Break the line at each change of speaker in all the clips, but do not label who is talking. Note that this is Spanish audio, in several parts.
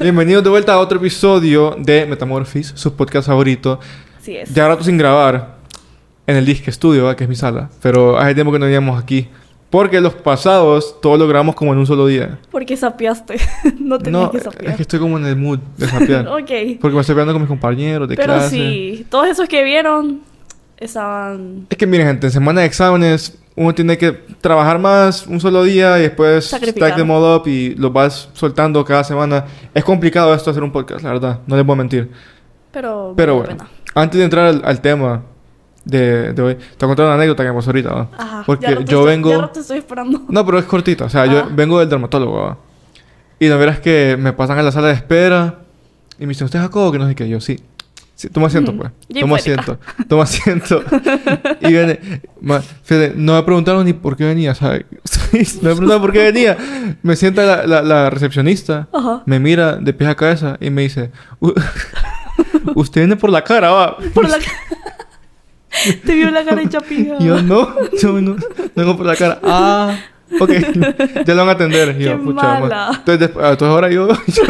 Bienvenidos de vuelta a otro episodio de Metamorphis, su podcast favorito.
Así es.
Ya rato sin grabar en el Disque Studio, ¿va? que es mi sala. Pero hace tiempo que no veníamos aquí. Porque los pasados todos lo grabamos como en un solo día.
Porque sapiaste. no tenías
No,
que sapear.
es que estoy como en el mood de sapear.
ok.
Porque me estoy peleando con mis compañeros de
Pero
clase.
sí, todos esos que vieron estaban
Es que miren, gente, en semana de exámenes uno tiene que trabajar más un solo día y después
Sacrificar.
stack them all up y los vas soltando cada semana. Es complicado esto hacer un podcast, la verdad, no les voy a mentir.
Pero,
Pero
valió la
bueno, antes de entrar al, al tema de, de hoy, te voy a contar una anécdota que me pasó ahorita, ¿va?
pena. Ajá,
Porque
ya rato
yo
estoy-
vengo-
Ya rato estoy esperando.
No, pero es cortita, o sea,
Ah.
yo vengo del dermatólogo, ¿va? Y la verdad es que me pasan a la sala de espera y me dicen, ¿usted es Jacobo? Que no sé qué, yo sí. Sí, toma asiento,
Ujú.
pues.
Yo
Toma
hipócrita.
asiento. Toma asiento. y viene... ma- fíjate, no me preguntaron ni por qué venía, ¿sabes? no me preguntaron por qué venía. Me sienta la, la- la recepcionista,
Ajá.
me mira de pies a cabeza y me dice... "U- Usted viene por la cara, va.
Por la ca- Te vio la cara hecha pija.
Y yo, no. Yo no. No vengo por la cara. Ah... Ok, ya lo van a atender. Y yo,
Qué
pucha, ma.
mala.
Entonces, desp- entonces ahora yo, yo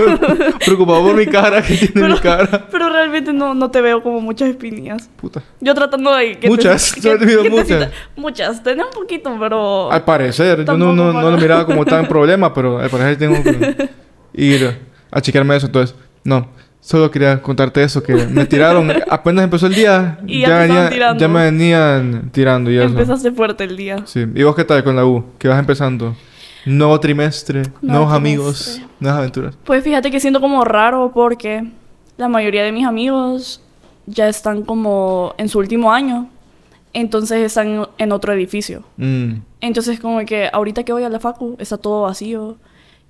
preocupado por mi cara, que tiene mi cara.
Pero realmente no, no te veo como muchas espinillas.
Puta.
Yo tratando de... te-
Muchas, yo he tenido muchas.
sienta- muchas, tenía un poquito, pero...
Al parecer, yo no,
Oh, Tampoco
no,
para-
no lo miraba como tan problema, pero al parecer tengo que ir a chequearme eso. Entonces, no, solo quería contarte eso, que me tiraron, apenas empezó el día,
Y ya te estaban tirando.
ya me venían tirando y eso.
Empezaste fuerte el día.
Sí, y vos qué tal con la U, que vas empezando. Nuevo trimestre,
Nuevo
nuevos
trimestre.
amigos, nuevas aventuras.
Pues fíjate que siento como raro porque la mayoría de mis amigos ya están como en su último año. Entonces están en otro edificio.
Mm,
Entonces como que ahorita que voy a la facu está todo vacío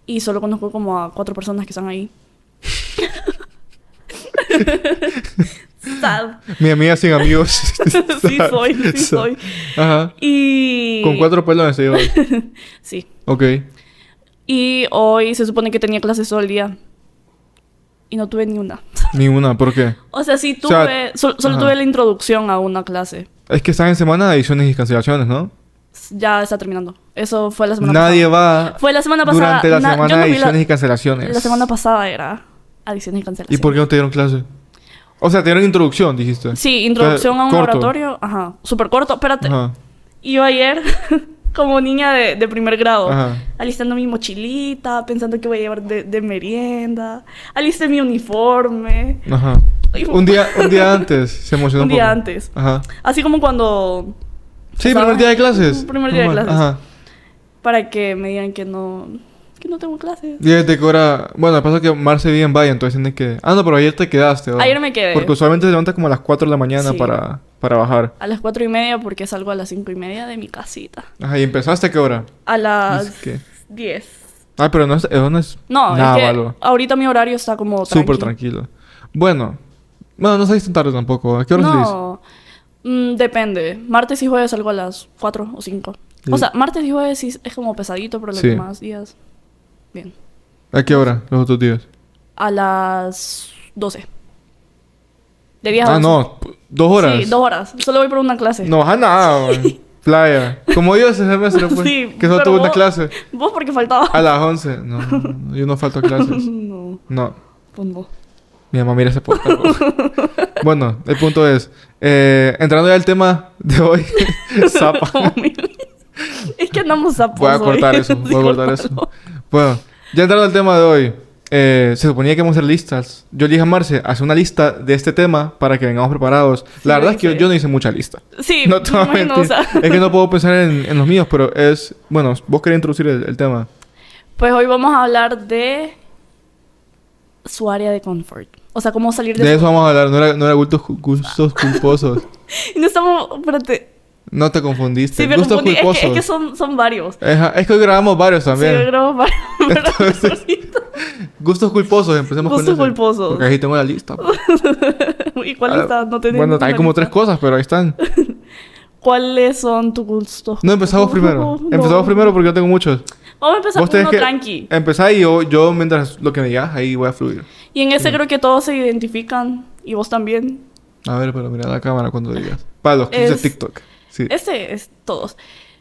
y solo conozco como a cuatro personas que están ahí. Sad.
Mi amiga sin amigos.
sí soy, sí soy.
Ajá.
Y...
Con cuatro pelones se lleva.
Sí.
Ok.
Y hoy se supone que tenía clases todo el día. Y no tuve ni una.
Ni una, ¿por qué?
O sea, sí
O
tuve...
sea,
sol- solo
ajá.
tuve la introducción a una clase.
Es que están en semana de ediciones y cancelaciones, ¿no?
Ya está terminando. Eso fue la semana
Nadie
pasada.
va
Fue la semana pasada.
durante la
Na-
semana
yo no
de
vi la-
ediciones y cancelaciones.
La semana pasada era adiciones y cancelaciones.
¿Y por qué no te dieron clase? O sea, te dieron introducción, dijiste.
Sí, introducción a un
Corto.
laboratorio. Ajá. Súper corto. Espérate.
Ajá.
Y yo ayer, como niña de, de primer grado,
Ajá.
alistando mi mochilita, pensando que voy a llevar de, de merienda. Alisté mi uniforme.
Ajá.
Ay,
Un día, un día antes. Se emocionó
Un
poco.
día antes.
Ajá.
Así como cuando...
Sí,
Estaba-
primer día de clases.
Primer día de clases.
Ajá.
Para que me digan que no... Que no tengo clases.
Y desde que hora... Bueno, pasa que Marce vive en Valle, entonces tienes que... Ah, no, pero ayer te quedaste, ¿verdad?
Ayer me quedé.
Porque usualmente se levanta como a las 4 de la mañana
Sí.
para, para bajar.
A las cuatro y media porque salgo a las cinco y media de mi casita.
Ajá, ¿y empezaste a qué hora?
A las
Dice que-
10.
Ah, pero no es... Eso no es...
Ah, No,
nada
es que
malo.
ahorita mi horario está como
Súper tranquilo. Bueno. Bueno, no saliste tarde tampoco. ¿A qué hora salís?
No. Mm, depende. Martes y jueves salgo a las 4 o 5.
Sí.
O sea, martes y jueves sí es como pesadito, pero los
Sí.
demás días. Bien.
¿A qué hora los otros días?
A las 12. De 10 a
Ah,
12.
no. p- ¿Dos horas?
Sí, dos horas. Solo voy por una clase.
No baja nada, man. Playa. Como yo ese semestre, pues.
Sí,
que solo
pero
tuve una
vos-
clase.
Vos porque faltaba.
A las 11. No, no, no, yo no falto a clases.
no,
No.
pues no.
Mi mamá mira ese podcast. güey. bueno, el punto es... eh, entrando ya al tema de hoy. Zapa.
Como mi- es que andamos zapos.
Voy a
hoy.
cortar eso, voy a cortar eso.
córtalo.
Bueno, ya entrando al tema de hoy. eh, se suponía que íbamos a hacer listas. Yo le dije a Marce, hace una lista de este tema para que vengamos preparados. La
Sí,
verdad
lo
es que yo,
hice.
yo no hice mucha lista.
Sí,
no te
me
voy a
imagino,
mentir.
o sea.
Es que no puedo pensar en, en los míos, pero es... Bueno, vos querés introducir el, el tema.
Pues hoy vamos a hablar de su área de confort. O sea, cómo salir de,
De eso vamos a hablar. No era, no era gustos, cu- gustos culposos.
su... No estamos... Espérate.
No te
Sí,
confundiste.
me
gustos
confundí. Es
culposos.
que, es que son, son varios.
Ajá, es que hoy grabamos varios también.
Sí, creo varios.
Entonces, Gustos culposos, empecemos
Gustos
con eso.
culposos.
Porque ahí tengo la lista. pues.
¿Y cuál
Ah,
está? No tenés
Bueno,
ninguna
hay como tres
lista.
cosas, pero ahí están.
¿Cuáles son tus gustos?
No, empezamos primero.
No.
Empezamos primero porque yo tengo muchos.
Vamos a empezar
Vos
con
tenés
uno
que
tranqui.
empezar y yo, yo mientras lo que me digas, ahí voy a fluir.
Y en ese
Mm.
creo que todos se identifican. Y vos también.
A ver, pero mira la cámara cuando lo digas. Para los que
Es-
de TikTok. Sí.
Ese Este es todos.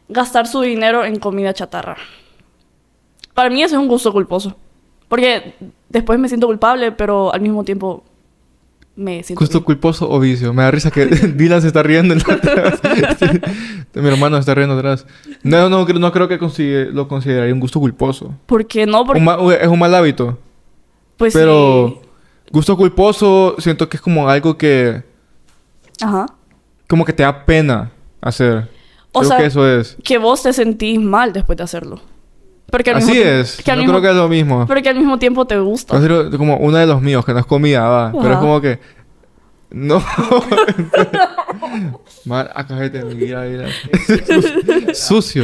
Gastar su dinero en comida chatarra. Para mí ese es un gusto culposo. Porque después me siento culpable, pero al mismo tiempo me siento...
Gusto
bien.
culposo o vicio. Me da risa que Dylan se está riendo en la atrás. Mi hermano se está riendo atrás. No, no, cre- no creo que consigue- lo consideraría un gusto culposo.
¿Por qué no? Porque,
Un ma- es un mal hábito.
pues
pero gusto culposo siento que es como algo que...
sí. Ajá.
Como que te da pena hacer.
O
creo
sea,
que eso es.
Que vos te sentís mal después de hacerlo. Porque al
Así
mismo tiempo-
es.
Que al
no
mismo-
creo que es lo mismo.
Pero que al mismo tiempo te gusta.
Ha sido como uno de los míos, que no es comida, va. Pero es
Ajá.
como que... No. Mal, acájate, mira, mira. Sucio.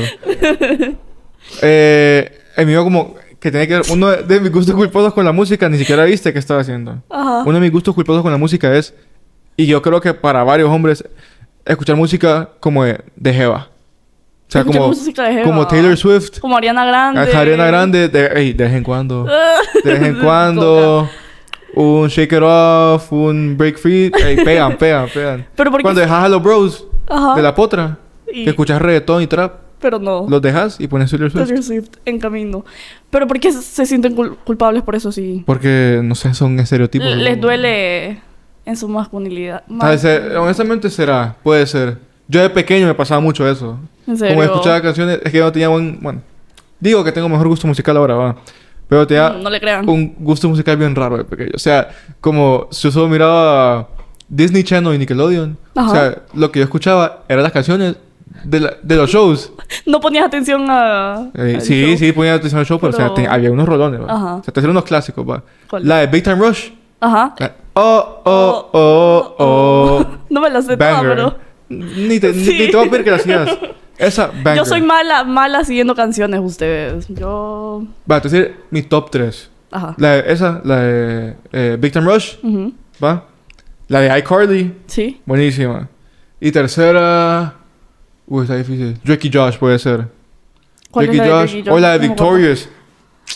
Eh, el mío como... Que tiene que ver... Uno de, de mis gustos culposos con la música, ni siquiera viste qué estaba haciendo.
Ajá.
Uno de mis gustos culposos con la música es... Y yo creo que para varios hombres... Escuchar música como de, de jeva. O sea,
Escuchar
como...
música de jeva.
Como Taylor Swift.
Como Ariana Grande.
Ariana Grande. De, ey, de vez en cuando.
Ah.
De vez en cuando. un Shake It Off, un Break Free. Ey, pegan, pegan, pegan.
Pero porque-
Cuando dejas a los bros
Ajá.
de la potra,
Y-
que escuchas reggaetón y trap,
Pero no.
los dejas y pones Taylor Swift.
Taylor Swift en camino. Pero ¿por qué se sienten cul- culpables por eso sí?
Porque, no sé, son estereotipos.
L-
¿no?
Les duele en su masculinidad.
Tal vez, eh, honestamente será, puede ser. Yo de pequeño me pasaba mucho eso.
En serio.
Como escuchaba canciones, es que yo no tenía buen... Bueno, digo que tengo mejor gusto musical ahora, va. Pero tenía
Mm, No, no le crean.
un gusto musical bien raro de pequeño. O sea, como yo solo miraba Disney Channel y Nickelodeon. O
Ajá.
sea, lo que yo escuchaba eran las canciones de, la- de los shows.
No ponías atención a...
Eh,
al
sí,
show.
sí, ponía atención al show, pero, o sea,
Pero-
te- había unos rolones. ¿va?
Ajá.
O sea, te hacían unos clásicos, va.
¿Cuál?
La de Big Time Rush.
Ajá.
La- oh, oh, oh, oh.
no me la sé toda,
banger.
pero...
Ni te, ni-
Sí.
ni te voy a pedir que la hacías. Esa, banger.
Yo soy mala, mala siguiendo canciones, ustedes. Yo...
Va, te voy a decir mi top 3.
Ajá.
La de esa, la de eh, Big Time Rush,
Ujú.
va. La de iCarly.
Sí.
Buenísima. Y tercera. Uy, está difícil. Drake y Josh puede ser.
¿Cuál
Drake
es
y
la de
Josh.
Drake y
O la de
No me acuerdo.
Victorious.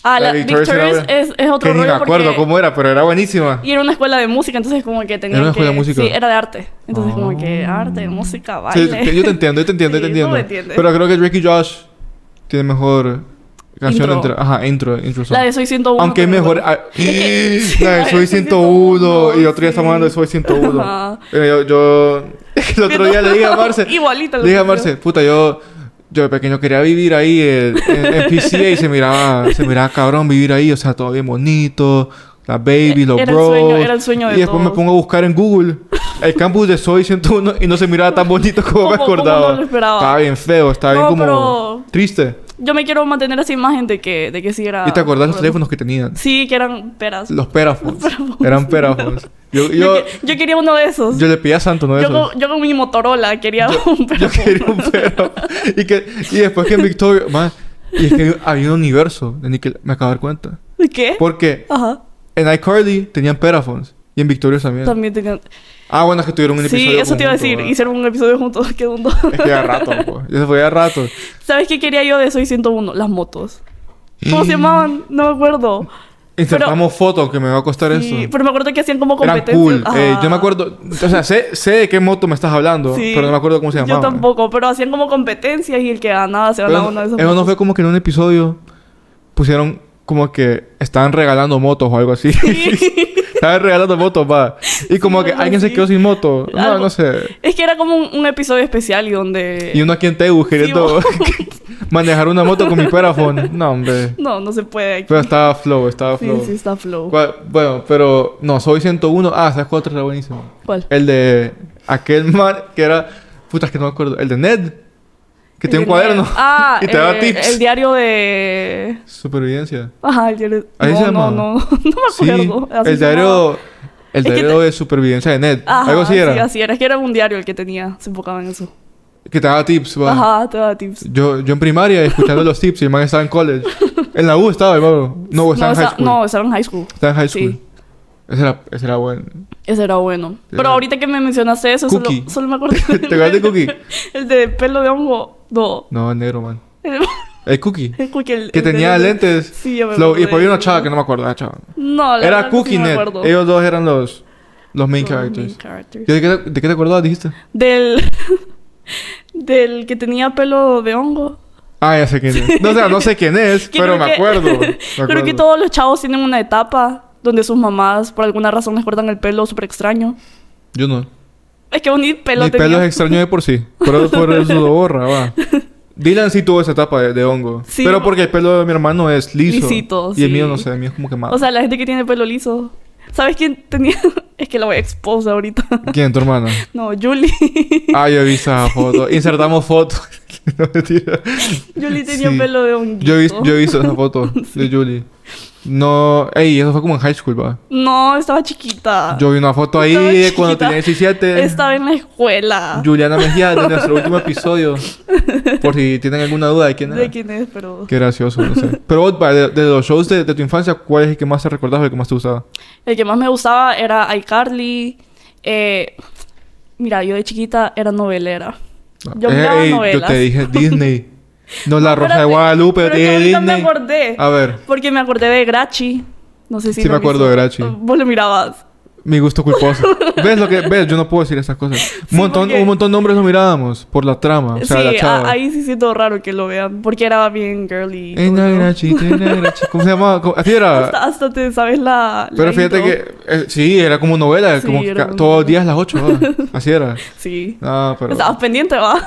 Ah,
La
la,
de Victorious
Victorious,
era-
es, es otro
Que ni me
rollo
acuerdo
porque...
cómo era, pero era buenísima.
Y era una escuela de música, entonces como que tenía
Era una
que...
escuela de música.
Sí, era de arte. Entonces
Ah.
como que arte, música,
Sí,
baile.
te- yo te entiendo, yo te entiendo, yo te
Sí, tú
entiendo.
me entiendes.
Pero creo que Drake y Josh tiene mejor canción
Intro.
entre. Ajá, intro, intro song.
La de Soy 101.
Aunque es
pero
mejor.
bueno.
ah,
Es que-
la de
sí,
Soy 101. Y otro día
sí.
estamos hablando de Soy 101.
Ajá.
Mira, yo, yo. ah, El otro día le dije a Marce.
Igualita.
Le dije a Marce, puta, yo, yo de pequeño quería vivir ahí eh, en, en PCA y se miraba, se miraba cabrón vivir ahí, o sea, todo bien bonito, las baby,
Eh,
los
era el
bros.
sueño- era el sueño de
Y después me
todos.
pongo a buscar en Google el campus de Soy 101 y no se miraba tan bonito como me
Como- como
acordaba.
no lo esperaba.
Estaba bien feo, estaba bien
No,
como
pero-
triste.
Yo me quiero mantener esa imagen de que, de que sí era...
¿Y te acordás los
Ah, bueno.
teléfonos que tenían?
Sí, que eran peras.
Los perafons. Eran perafons. Yo,
Yo,
yo,
que- yo quería uno de esos.
yo le pedí a Santo, ¿no?
Yo
Eso.
con, yo con mi Motorola quería un
Yo
perafón.
quería un perro. y, que, y después que en Victoria. Más, y es que había un universo de Nickel. Me acabo de dar cuenta.
¿Qué?
Porque
Ajá.
en iCarly tenían perafons. Y en Victoria también.
También tenían...
Ah, bueno, es que tuvieron un episodio.
Sí, eso te iba a
conjunto,
decir.
¿verdad?
Hicieron un episodio juntos. Qué mundo.
Es que ya rato, po. Ya se fue ya rato.
¿Sabes qué quería yo de Soy 101? Las motos. ¿Cómo
Mm.
se llamaban? No me acuerdo.
Insertamos fotos que me va a costar
Sí,
eso.
pero me acuerdo que hacían como
Eran
competencias. ah.
cool. Eh,
Ajá.
yo me acuerdo. O sea, sé, sé de qué moto me estás hablando.
Sí.
Pero no me acuerdo cómo se llamaba.
Yo tampoco, pero hacían como competencias y el que ganaba se ganaba
Pero,
una de esas
eso no
motos.
fue como que en un episodio pusieron como que estaban regalando motos o algo así. Estaban regalando motos, va. Y como
Sí,
que
algo
alguien se
así.
quedó sin moto. No,
Algo-
no sé.
Es que era como un, un episodio especial y donde...
Y uno aquí en Tegu queriendo
vos.
manejar una moto con mi perafón. No, hombre.
No, no se puede. aquí.
Pero estaba flow, estaba
sí,
flow.
sí, está flow. ¿Cuál?
Cual- Bueno, pero no, soy 101. Ah, ¿sabes cuál otro era buenísimo? El de aquel man que era. Puta, es que no me acuerdo. El de Ned. Que tiene un
El de-
cuaderno.
Ah,
y te da
eh,
tips.
El diario de...
Supervivencia.
Ajá, el diario...
Ahí
no,
se
no,
llama.
no, no, me acuerdo. Así
el
se llamaba.
diario, el
Es que
diario de supervivencia de Ned.
Ajá,
Algo así era.
Sí, así era. Es que era un diario el que tenía. Se enfocaban en eso.
Que te daba tips, va.
Ajá, te daba tips.
Yo, yo en primaria escuchando los tips y el man estaba en college. En la U estaba, hermano. No, estaba en high
esa-
school.
no, estaba en high school.
Estaba en high school.
sí.
Ese era, ese era bueno.
Ese era bueno. Pero
Era-
ahorita que me mencionaste eso, solo,
Cookie.
solo me acuerdo.
¿Te acuerdas de Cookie?
El de pelo de hongo. No.
No, negro, man.
El,
El cookie.
el Cookie. El,
Que
el de-
tenía lentes.
Sí, ya me
flow, y
acordé.
después había una chava que no me acuerdo, la chava.
No, la
Era
verdad que sí
Cookie
no me
Ned.
acuerdo.
Ellos dos eran los, los main
Los
characters.
main characters.
¿Y ¿De, qué, te- ¿De qué te acordabas, dijiste?
Del. del que tenía pelo de hongo.
Ah, ya sé quién es. No, o sea, no sé quién es,
Que
pero me
creo que-
acuerdo. me
Creo que
acuerdo.
todos los chavos tienen una etapa donde sus mamás por alguna razón les cortan el pelo súper extraño.
Yo no.
Es que un pelo
Mi
tenía.
pelo es extraño de por sí. Pero por eso lo borra, va. Dylan sí tuvo esa etapa de, de hongo.
Sí.
Pero porque el pelo de mi hermano es liso.
Lisito,
y el mío
sí.
no sé, el mío es como quemado.
O sea, la gente que tiene pelo liso. ¿Sabes quién tenía? es que la voy a exposar ahorita.
¿Quién? ¿Tu hermana?
No, Julie.
Ah, yo he visto esa foto. Insertamos fotos. no mentira.
Julie tenía
Sí.
pelo de honguito.
Yo he, vis- yo he visto esa foto de Julie. No, ey, eso fue como en high school, va.
No, estaba chiquita.
Yo vi una foto ahí
Ah. Estaba
de cuando
chiquita.
tenía 17.
Estaba en la escuela.
Juliana Mejía, de nuestro último episodio. Por si tienen alguna duda de quién era.
De quién es, pero...
Qué gracioso, no sé. Pero vos, va, de, de los shows de, de tu infancia, ¿cuál es el que más te recordás o el que más te gustaba?
El que más me gustaba era iCarly. Eh, mira, yo de chiquita era novelera. Yo
Eh,
miraba
ey, Yo
novelas.
te dije Disney. No, La Rosa de
Espérate,
Guadalupe, yo
pero
te
es que
dije
ahorita me
Disney.
acordé.
A ver,
Porque me acordé de Grachi. No sé si
Sí
lo
me acuerdo de Grachi.
Vos lo mirabas.
mi gusto culposo. ¿Ves lo que...? ¿Ves? Yo no puedo decir esas cosas. montón,
porque-
Un montón de hombres lo mirábamos por la trama. Ah, O sea,
sí,
la
a-
chava.
ahí sí siento raro que lo vean. Porque era bien girly. y
En
todo.
la Grachi, en la Grachi. ¿Cómo se llamaba? ¿Cómo- Así era.
Hasta, hasta te sabes la. la
Pero fíjate
intro.
que... eh, sí, era como novela.
Sí,
como que
era
ca-
como
todos los días
novela.
a las 8. Así era.
Sí.
Ah, pero... Ah.
Estabas pendiente, va.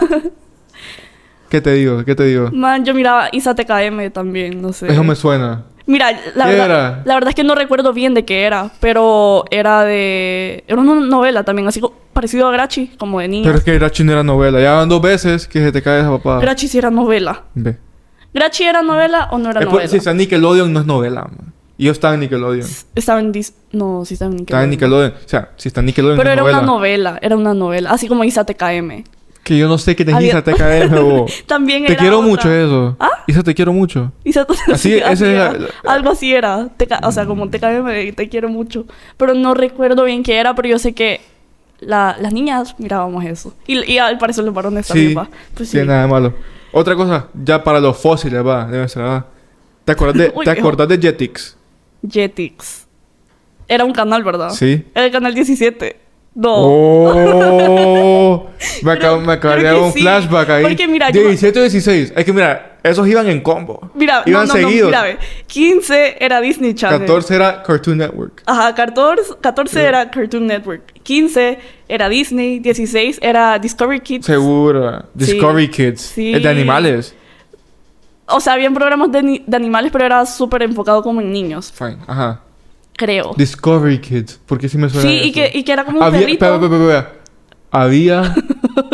¿Qué te digo? ¿Qué te digo?
Man, yo miraba Isa TKM también, no sé.
Eso me suena.
Mira, la
¿Qué
verdad,
era?
la verdad es que no recuerdo bien de qué era, pero era de... Era una novela también, así co- parecido a Grachi, como de niño.
Pero es que Grachi no era novela. Ya van dos veces que se te cae esa papada.
Grachi sí era novela.
Ve.
¿Grachi era novela o no era
Es por-
novela?
si está en Nickelodeon, no es novela. man. Y yo estaba en Nickelodeon.
Estaba en Dis... No, sí estaba en
Estaba en Nickelodeon. O sea, si está en Nickelodeon,
Pero
no es
era
novela.
una novela, era una novela, así como Isa TKM.
Que yo no sé qué te
Había-
Isa te cae nuevo.
También
oh. Te
era
quiero
otra.
mucho eso.
¿Ah?
Isa, te quiero mucho.
Isa
Así,
así,
esa es la-
era. Algo así era. TK o sea, como TKM, de te quiero mucho. Pero no recuerdo bien qué era, pero yo sé que la- las niñas mirábamos eso. Y, y al parecer los varones
Sí.
también, va. Pues sí.
Tiene nada de malo. Otra cosa, ya para los fósiles, va. Debe ser, va. ¿Te acordás de,
Uy,
¿te
viejo.
acordás de Jetix?
Jetix. Era un canal, ¿verdad?
Sí.
Era el canal 17. No.
Oh, me
Creo-
acabo, me acabo de
creo
dar
que
un
sí,
flashback ahí.
porque mira, yo-
17 o 16. Es que mira, esos iban en combo.
Mira, no,
iban
no, no,
seguidos.
mira, ve. 15 era Disney Channel.
14 era Cartoon Network.
Ajá, 14, 14 era Cartoon Network. 15 era Disney. 16 era Discovery Kids.
Seguro. Discovery Kids.
Sí.
El de animales.
O sea, habían programas de, ni- de animales, pero era súper enfocado como en niños,
Fine. Ajá.
creo.
Discovery Kids. Porque sí me suena.
Sí, y
eso.
que, y que era como un
Había,
perrito.
espera, espera, espera, espera. Había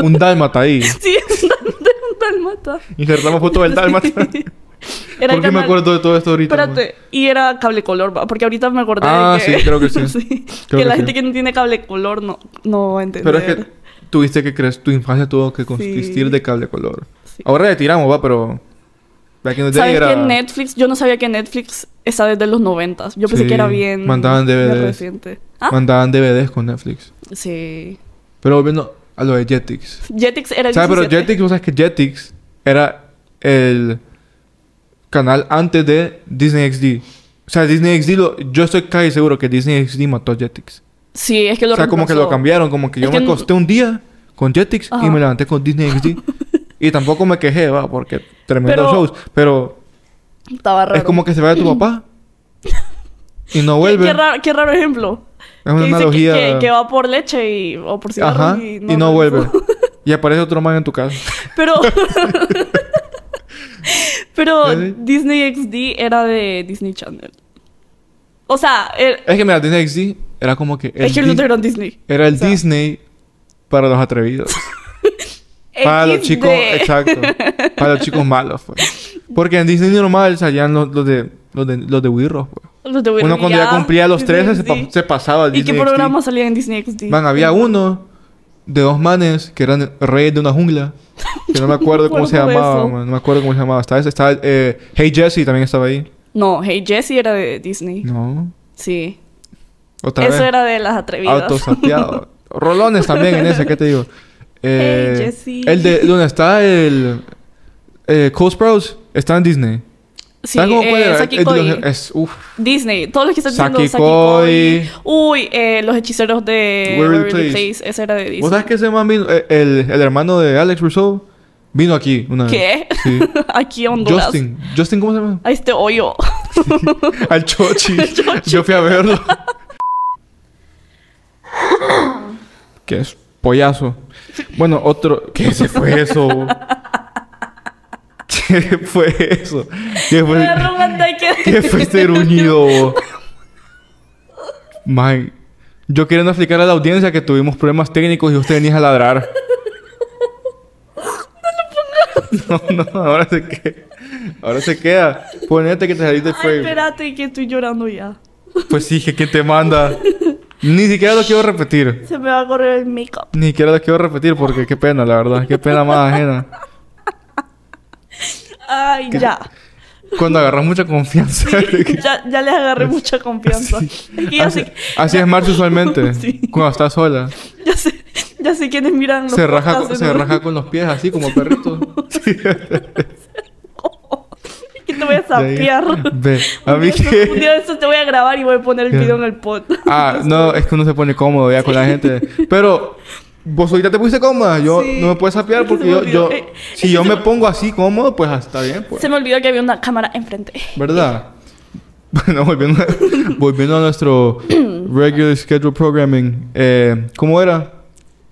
un dálmata ahí.
Sí, un dálmata.
Insertamos foto del dálmata.
Era el
¿Por qué me
canal-
acuerdo de todo esto ahorita?
Espérate, y era cable color, va, porque ahorita me acordé
Ah,
de que...
sí, creo que sí.
que,
Creo que
la
sí.
gente que no tiene cable color no, no va a entender.
Pero es que tuviste que creer, tu infancia tuvo que consistir
Sí.
de cable color.
Sí.
Ahora le tiramos, va, pero. Back in the day
¿Sabes
oh, era-
que Netflix? Yo no sabía que Netflix está desde los 90. Yo pensé
Sí,
que era bien...
mandaban
bien
DVDs.
reciente. ¿Ah?
Mandaban DVDs con Netflix.
sí.
Pero volviendo a lo de Jetix.
Jetix era el
¿Sabes? Pero
17.
Jetix, vos sabes que Jetix era el canal antes de Disney XD. O sea, Disney XD, lo- yo estoy casi seguro que Disney XD mató a Jetix.
Sí, es que lo
O sea, como que lo
reemplazó.
cambiaron, como que yo
Es
me
que no-
acosté un día con Jetix y
Ajá.
me levanté con Disney XD. y tampoco me quejé, va, porque tremendo
Pero-
shows. Pero
Estaba raro.
es como que se vaya tu papá y no
Qué-
vuelve.
Qué raro, qué raro ejemplo.
Es una
que, dice que-
analogía.
Que, que va por leche y, o por cigarros
Ajá,
y
y no vuelve. Y aparece otro man en tu casa.
Pero. pero
¿Sí?
Disney XD era de Disney Channel. O sea, er-
Es que mira, Disney XD era como que. el
es que no
Di-
era Disney.
Era el
O sea,
Disney para los atrevidos. Para Ah, los
XD.
chicos, exacto. Para los chicos malos, pues. Porque en Disney normal salían los, los de los de los de Wirros, pues.
Los de
Uno cuando ya
Willy,
cumplía los
Disney
13 se,
XD.
pa- se pasaba al
¿Y qué
Disney XD.
programa salía en Disney XD?
Man, había uno de dos manes que eran reyes de una jungla. Que no me acuerdo cómo se
acuerdo de
llamaba,
eso.
man, No me acuerdo cómo se llamaba. Estaba, ese- estaba, eh, hey Jesse también estaba ahí.
No, Hey Jessie era de Disney.
No.
Sí.
Otra
Eso
vez.
era de las atrevidas.
Autosapeado. Rolones también en ese, ¿qué te digo? Eh,
Hey, Jesse.
El de donde está el eh, Cole Sprouse está en Disney.
sí,
¿Sabes cómo cuál
eh,
era?
Saki
El de
Cody.
los- es uf,
Disney, todos los que están diciendo
Saki
Saki
Koi.
Koi. Uy, eh, los hechiceros de
Waverly Place.
Waverly Place. Ese era de Disney.
¿Vos sabes que ese man vino? Eh, El, el hermano de Alex Rousseau Vino aquí una vez.
¿Qué?
Sí.
Aquí a Honduras.
Justin. Justin, ¿cómo se llama?
A este hoyo.
Al Chochi. Yo fui a verlo. ¿Qué es? Pollazo. Bueno, otro. ¿Qué se fue eso? ¿Qué fue eso? ¿Qué
Me
fue,
agarró un ataque de-
¿Qué fue este gruñido? Man, yo queriendo explicar a la audiencia que tuvimos problemas técnicos y usted venía a ladrar. No lo pongas. No, no, ahora se queda. Ahora se queda. Ponete que te saliste del
Ay,
fuego.
espérate, que estoy llorando ya.
Pues sí, que quién te manda. Ni siquiera lo quiero repetir.
Se me va a correr el make-up.
Ni siquiera lo quiero repetir porque qué pena, la verdad. Qué pena más ajena.
Ay, ya.
Cuando agarras mucha confianza. de que-
ya. Ya les agarré mucha confianza. Es que ya
Así,
sé,
así es Marcia usualmente.
Sí.
Cuando está sola.
ya sé, ya sé quiénes miran los
Se raja,
podcasts,
se
¿no?
raja con los pies así como perrito. Sí.
Que te voy a sapear.
Ve, a mí
Un día- Un día
que...
de eso te voy a grabar y voy a poner el
Ya.
video en el pod.
Ah, no, es que uno se pone cómodo ya con la gente. Pero vos ahorita te pusiste cómoda. Yo
Sí.
no me puedes sapear
Es que se
porque
me
yo...
olvidó.
yo-
Eh, es
si
que
yo
se
me
me-
pongo así cómodo, pues está bien. Pues.
Se me olvidó que había una cámara enfrente.
¿Verdad? Bueno, volviendo, volviendo a nuestro regular schedule programming, eh, ¿cómo era?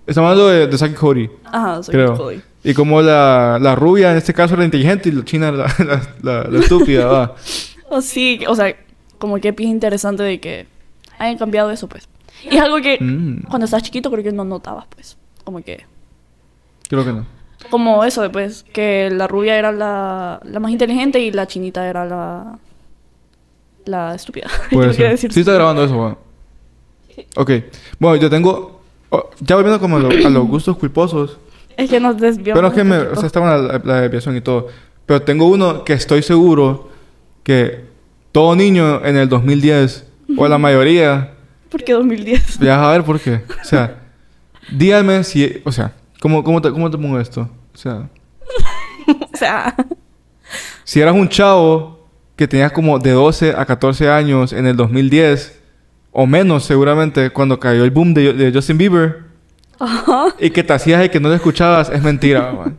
Estamos hablando de, de Zack y Cody,
Ajá, Ah, soy
creo.
Chloe.
Y como la, la rubia, en este caso, la inteligente y la china, la, la- la- la estúpida, ¿va?
O Oh, sí, o sea, como que pie interesante de que hayan cambiado eso, pues. Y es algo que
Mm.
cuando estás chiquito creo que no notabas, pues. Como que...
Creo que no.
Como eso, de, pues, que la rubia era la, la más inteligente y la chinita era la... La estúpida. Yo
Puede
no quería
ser.
decir
Sí está
estúpida.
grabando eso, ¿va? Ok. Bueno, yo tengo... oh, ya volviendo como a, lo- a los gustos culposos.
Es que nos desviamos.
Pero es que
un
me...
poquito.
O sea, estaba la, la desviación y todo. Pero tengo uno que estoy seguro que todo niño en el 2010, o la mayoría,
¿Por qué 2010?
ya vas a ver por qué. O sea, díganme si... O sea, ¿cómo, cómo, te, ¿cómo te pongo esto? O sea,
o sea...
si eras un chavo que tenías como de 12 a 14 años en el 2010, o menos seguramente, cuando cayó el boom de, de Justin Bieber,
Ajá.
y que te hacías y que no lo escuchabas, es mentira, man.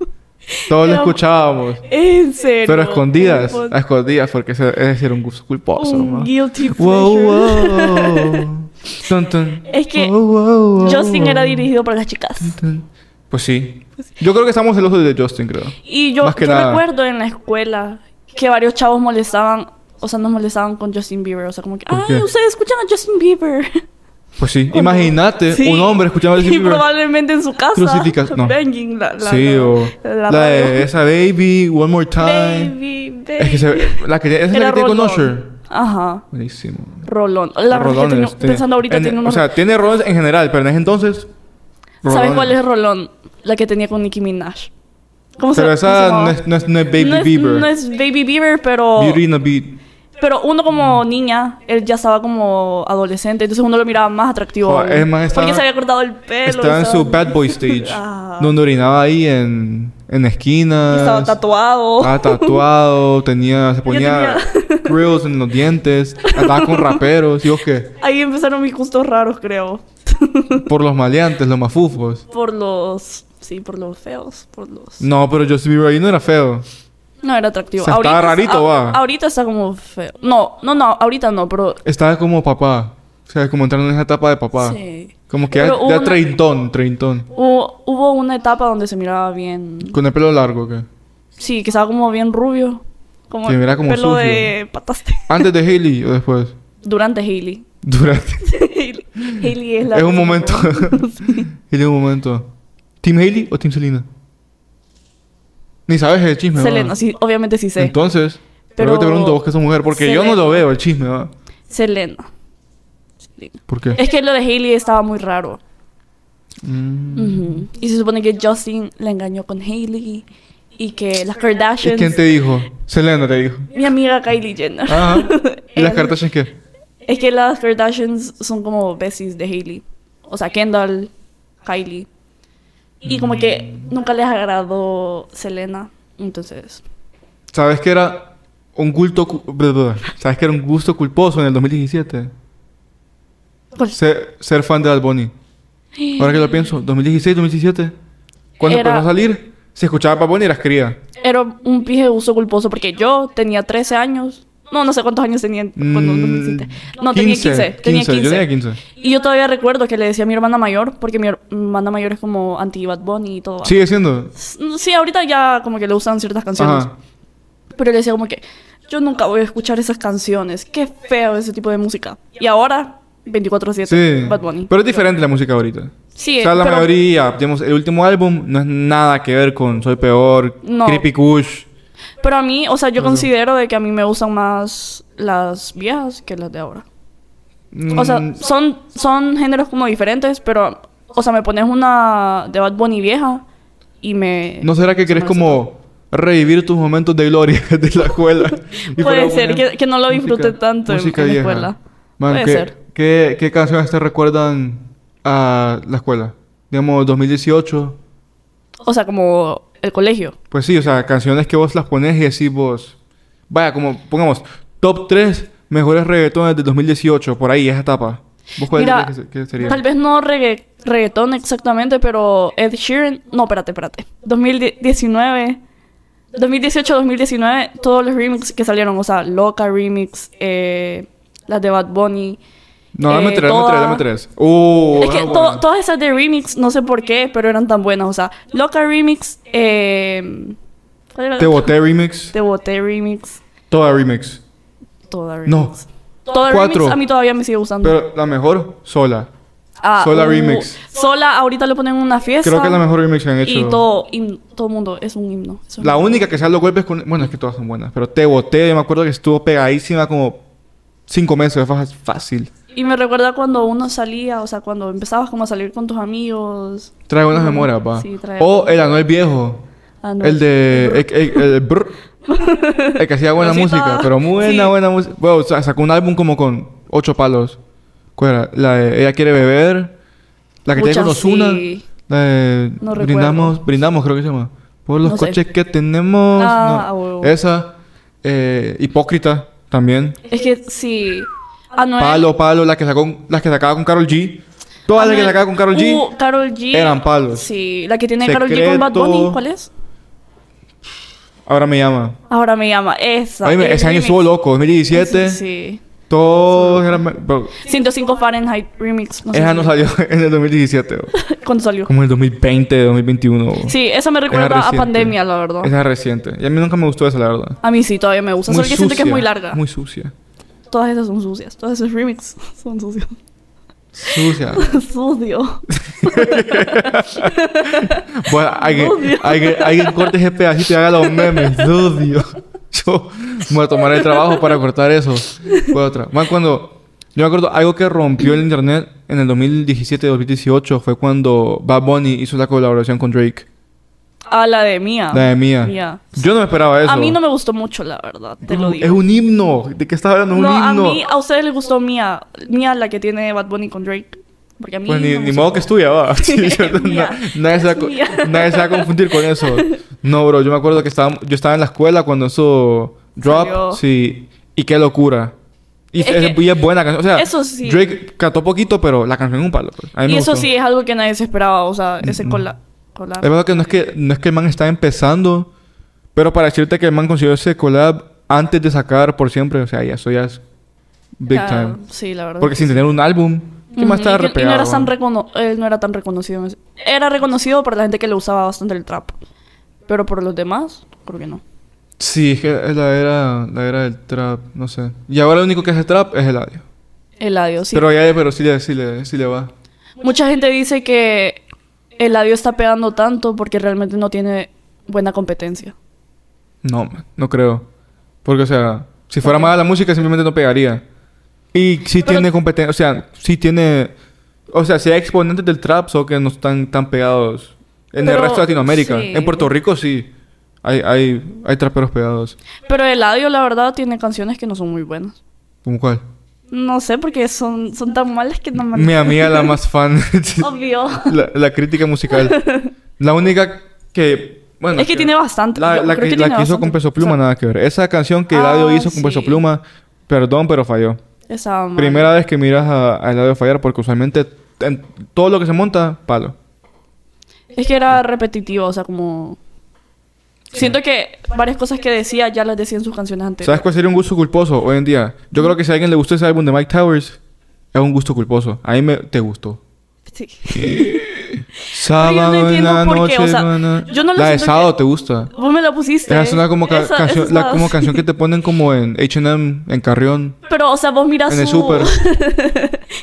Todos lo
Pero-
escuchábamos.
En serio.
Pero a escondidas,
Un-
a escondidas, porque ese, ese era un gusto culposo.
Un
¿no?
guilty
Wow,
pleasure.
wow. Tun, tun.
Es que
Wow, wow, wow,
Justin era
wow.
dirigido por las chicas.
Tun, tun. Pues sí. Yo creo que estamos celosos de Justin, creo.
Y yo,
Más que
yo
nada.
recuerdo en la escuela que varios chavos molestaban, o sea, nos molestaban con Justin Bieber. O sea, como que,
¿Por
ay,
qué?
ustedes escuchan a Justin Bieber.
Pues sí.
¿O no?
Imagínate
Sí.
un hombre escuchando a Justin
Y
Bieber.
probablemente en su casa.
Crucifica- no.
banging la, la-
sí,
la-
o
la
la,
radio.
de esa baby, one more time.
Baby, baby.
Es que se, la que, esa es la
Era
que tiene con
rolón.
Usher.
Ajá.
Buenísimo.
Rolón. La verdad es que
Rolones,
tengo-
tiene-
pensando ahorita
este, en-
tiene
O
unos...
sea, tiene roles en general, pero en ese entonces.
¿Sabes
rolones.
cuál es Rolón? La que tenía con Nicki Minaj. ¿Cómo se-
Pero
cómo se
esa
llamaba?
no es, no es- no es Baby
"Oh, no es,
Bieber.
no es Baby Bieber, pero...
Beauty and the Beat.
Pero uno como niña, él ya estaba como adolescente, entonces uno lo miraba más atractivo.
Joder,
aún.
es más, estaba-
porque se había cortado el pelo.
Estaba en
estaba-
su bad boy stage.
Ah.
Donde orinaba ahí en, en
y
esquinas.
estaba tatuado.
Estaba tatuado. tenía, se ponía
tenía-
grills en los dientes. Andaba con raperos. Y vos que
Ahí empezaron mis gustos raros, creo.
por los maleantes, los mafufos.
Por los... Sí, por los feos, por los...
No, pero Justin Bieber ahí no era feo.
No era atractivo.
O sea, estaba rarito,
a-
va.
Ahorita está como feo. No, no, no, ahorita no, pero...
Estaba como papá. O sea, como entrando en esa etapa de papá.
Sí.
Como que ya,
Pero
ya
una-
treintón, treintón.
Hubo, hubo una etapa donde se miraba bien...
Con el pelo largo, ¿qué?
Sí, que estaba como bien rubio. Como
Se miraba como
pelo
sucio.
de pataste.
¿Antes de Haley o después?
Durante Hailey.
Durante.
Hailey Hailey es la...
Es un momento. Haley es un momento. ¿Team Haley o Team Selena? Ni sabes el chisme, ¿va?
Selena, sí, obviamente sí sé.
Entonces,
Pero-
pero te pregunto vos que sos mujer, porque yo no
Selena.
lo veo el chisme, ¿va?
Selena. Selena.
¿Por qué?
Es que lo de Hailey estaba muy raro.
Mm.
Ujú. Y se supone que Justin la engañó con Hailey y que las
¿Y
Kardashians.
quién te dijo? Selena te dijo.
Mi amiga Kylie Jenner.
Ajá. Ah, ¿Y las
Él-
Kardashian qué?
Es que las Kardashians son como besties de Hailey. O sea, Kendall, Kylie. Y como que nunca les agradó Selena. Entonces,
¿Sabes que era un culto... cu- bla, bla, bla? ¿Sabes que era un gusto culposo en el 2017?
¿Cuál?
Ser, ser fan de Alboni. Ahora que lo pienso, 2016, 2017. ¿Cuándo
Era-
empezó a salir? Si escuchaba Bad Bunny, eras cría.
Era un pije uso culposo porque yo tenía 13 años. No, no sé cuántos años tenía cuando lo
Mm,
hiciste. No, tenía 15. Tenía 15.
Yo tenía 15.
Y yo todavía recuerdo que le decía a mi hermana mayor, porque mi her- mi hermana mayor es como anti-Bad Bunny y todo.
Sigue siendo.
S- Sí, ahorita ya como que le usan ciertas canciones.
Ajá.
Pero le decía como que yo nunca voy a escuchar esas canciones. Qué feo ese tipo de música. Y ahora, 24-7,
Sí.
Bad Bunny.
Pero es diferente la música ahorita.
Sí,
o sea, la
pero-
mayoría, digamos, el último álbum no es nada que ver con Soy Peor,
No.
Creepy Kush.
Pero a mí, o sea, yo considero de que a mí me gustan más las viejas que las de ahora. O sea,
Mm,
son, son géneros como diferentes, pero, o sea, me pones una de Bad Bunny vieja y me...
¿No será que querés como revivir tus momentos de gloria de la escuela? Y
Puede
para
ser,
poner
que- que no lo disfruté tanto en- en la
vieja.
escuela.
Man,
Puede
¿qué,
ser.
¿qué, qué canciones te recuerdan a la escuela? Digamos, 2018.
O sea, como el colegio.
Pues sí, o sea, canciones que vos las pones y decís vos... Vaya, como pongamos, top 3 mejores reggaetones de 2018, por ahí, esa etapa. ¿Vos cuál
Mira,
crees que, se- que sería?
Tal vez no regga- reggaetón exactamente, pero Ed Sheeran... No, espérate, espérate. 2019... 2018-2019, todos los remixes que salieron, o sea, Loca Remix, eh, las de Bad Bunny.
No, dame
eh,
tres, dame tres,
toda-
dame tres. Uh,
es que
ah,
to-
bueno.
todas esas de remix, no sé por qué, pero eran tan buenas. O sea, Loca Remix, eh, ¿cuál era la
Te
otra?
boté remix.
Te boté remix.
Toda remix.
Toda remix.
No.
Toda
Cuatro.
remix a mí todavía me sigue gustando.
Pero la mejor, sola.
Ah,
Sola
uh,
remix.
Sola, ahorita lo ponen en una fiesta.
Creo que es la mejor remix que han hecho.
Y todo, him- todo mundo, es un himno. es un
La
himno.
única que sale los golpes con... Bueno, es que todas son buenas. Pero Te Boté, yo me acuerdo que estuvo pegadísima como... Cinco meses, fa- fácil.
Y me recuerda cuando uno salía, o sea, cuando empezabas como a salir con tus amigos.
Trae buenas
Ujú.
memorias, pa.
Sí, trae-
o el Anuel viejo.
Ah, no.
El de... El, el- el brr. El que hacía buena
Rosita.
música. Pero muy buena,
Sí.
buena música. Bueno, o sea, sacó un álbum como con ocho palos. ¿Cuál era? La de Ella Quiere Beber. La que tiene
Pucha,
con Ozuna.
sí.
La de...
No recuerdo.
brindamos, brindamos, creo que se llama. Por los
No sé.
coches que tenemos.
Ah, a
No.
huevo.
Esa. eh, hipócrita también.
Es que sí. Anuel,
Palo, palo, las que, sacó, las que sacaba con Carol G. Todas las que
Anuel-
sacaba con Carol G.
Uh, Karol G.
eran palos.
Sí, la que tiene Carol G con Bad
Secreto.
Bunny, ¿cuál es?
Ahora me llama.
Ahora me llama esa.
Oíme,
el
ese año
remix.
estuvo loco, 2017.
Sí.
Todos eran. bro,
105 Fahrenheit remix. No sé
esa
si-
no salió en el 2017, bro.
¿Cuándo salió?
como en el 2020, 2021. bro.
Sí, esa me
Era
recuerda a
reciente.
pandemia, la verdad.
Esa es reciente. Y a mí nunca me gustó esa, la verdad.
A mí sí, todavía me gusta. Solo que siento que es muy larga.
Muy sucia.
Todas esas son sucias. Todas esas remix son sucios.
Sucia.
Sucio.
Bueno, alguien,
Dudio.
alguien, alguien corte ese pedacito y haga los memes. Dudio. Yo me voy a tomar el trabajo para cortar eso. Fue otra. Man, cuando... Yo me acuerdo, algo que rompió el internet en el 2017-2018 fue cuando Bad Bunny hizo la colaboración con Drake.
A Ah, la de mía.
La de Mía.
Mía.
Yo no me esperaba eso.
A mí no me gustó mucho, la verdad. Te lo digo.
Pues Es un himno. ¿De qué estás hablando? Es
no,
un
a
himno.
mí, a ustedes les gustó Mía. Mía, la que tiene Bad Bunny con Drake. Porque a mí.
Pues ni,
no me
ni
gustó.
modo que es tuya, va. Sí,
Es
yo- na-
mía.
nadie, se va, a
Es
co-
mía.
nadie se va a confundir con eso. No, bro, yo me acuerdo que estaba, yo estaba en la escuela cuando eso drop,
Salió.
sí, y qué locura. Y
Es
es,
que-
y es buena canción. O sea,
eso sí.
Drake cantó poquito, pero la canción es un palo. pues. A mí
Y
me
eso
gustó.
sí es algo que nadie se esperaba. O sea, ese cola. cola.
Es verdad que no es que no es que el man está empezando, pero para decirte que el man consiguió ese collab antes de sacar por siempre, o sea, ya eso ya es big
Ah,
time.
Sí, la verdad.
Porque sin tener un álbum, ¿qué más
Ujú,
estaba
y que- y
repegado?
no, era tan
man?
recono- él no era tan reconocido. en ese- Era reconocido por la gente que le usaba bastante el trap. Pero por los demás, creo que no.
Sí, es que es la era, la era del trap, no sé. Y ahora lo único que hace trap es el audio.
Eladio, sí.
Pero ya, pero sí le, sí le, sí le va.
Mucha gente dice que Eladio está pegando tanto porque realmente no tiene buena competencia.
No, man, no creo. Porque, o sea, si fuera mala la música, simplemente no pegaría. Y sí
Pero-
tiene competencia, o sea, sí tiene... O sea, si hay exponentes del trap, solo que no están tan pegados en
Pero-
el resto de Latinoamérica.
sí.
En Puerto Rico sí, hay, hay, hay traperos pegados.
Pero Eladio, la verdad, tiene canciones que no son muy buenas.
¿Cómo cuál?
No sé, porque son, son tan malas que no me...
Mi amiga la más fan.
Obvio.
la, la crítica musical. La única que. Bueno,
Es que tiene bastante.
La,
Yo
la
creo
que,
que
la
tiene
que hizo
bastante.
con Peso Pluma,
O sea-
nada que ver. Esa canción que
Ah,
Eladio hizo con Peso
sí.
Pluma, perdón, pero falló.
Esa mala.
Primera vez que miras a, a Eladio fallar, porque usualmente en todo lo que se monta, palo.
Es que era repetitivo, o sea, como... Siento que varias cosas que decía ya las decía en sus canciones anteriores.
¿Sabes cuál sería un gusto culposo hoy en día? Yo creo que si a alguien le gustó ese álbum de Mike Towers, es un gusto culposo. A mí me... te gustó.
Sí. Pero yo no
Sábado en
entiendo
la
por qué,
noche.
o sea,
na, na.
yo no lo
la de
siento
sábado
que-
te gusta.
Vos me la pusiste.
Esa es una Ah, como, ca-
Esa-
canción,
esa
la-
estaba-
como canción que te ponen como en H&M, en Carrión,
Pero, o sea, vos mirás
en el
su-
súper.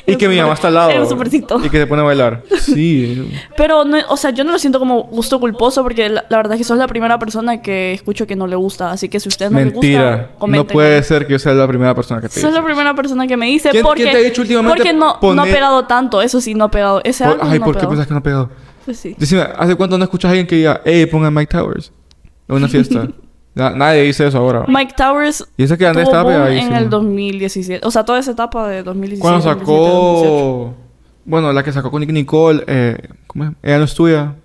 y que mi mamá está al lado.
En un supercito.
Y que te pone a bailar. Sí.
Pero, no, o sea, yo no lo siento como gusto culposo porque la, la verdad es que sos la primera persona que escucho que no le gusta. Así que si usted no le
Mentira.
gusta,
No
comenten.
puede ser que yo sea la primera persona que te
Sos
dice
la primera persona que me dice
¿Quién-
porque,
quién te ha dicho últimamente
porque no, no ha
poner-
pegado tanto. Eso sí, no ha pegado. Ese
Por-
álbum
ay,
no
¿por
ha
qué
pegado.
pensás que no ha pegado?
Pues sí.
Decime, ¿hace cuánto no escuchas a alguien que diga, hey, pongan Mike Towers? En una fiesta. Na- nadie dice eso ahora.
Mike Towers
Y eso que Andrés
tuvo
estaba
boom en
pegadísimo.
el 2017. O sea, toda esa etapa de 2017.
Cuando
2017,
sacó. Bueno, la que sacó con Nick Nicole. Eh, ¿Cómo es? Ella no es tuya.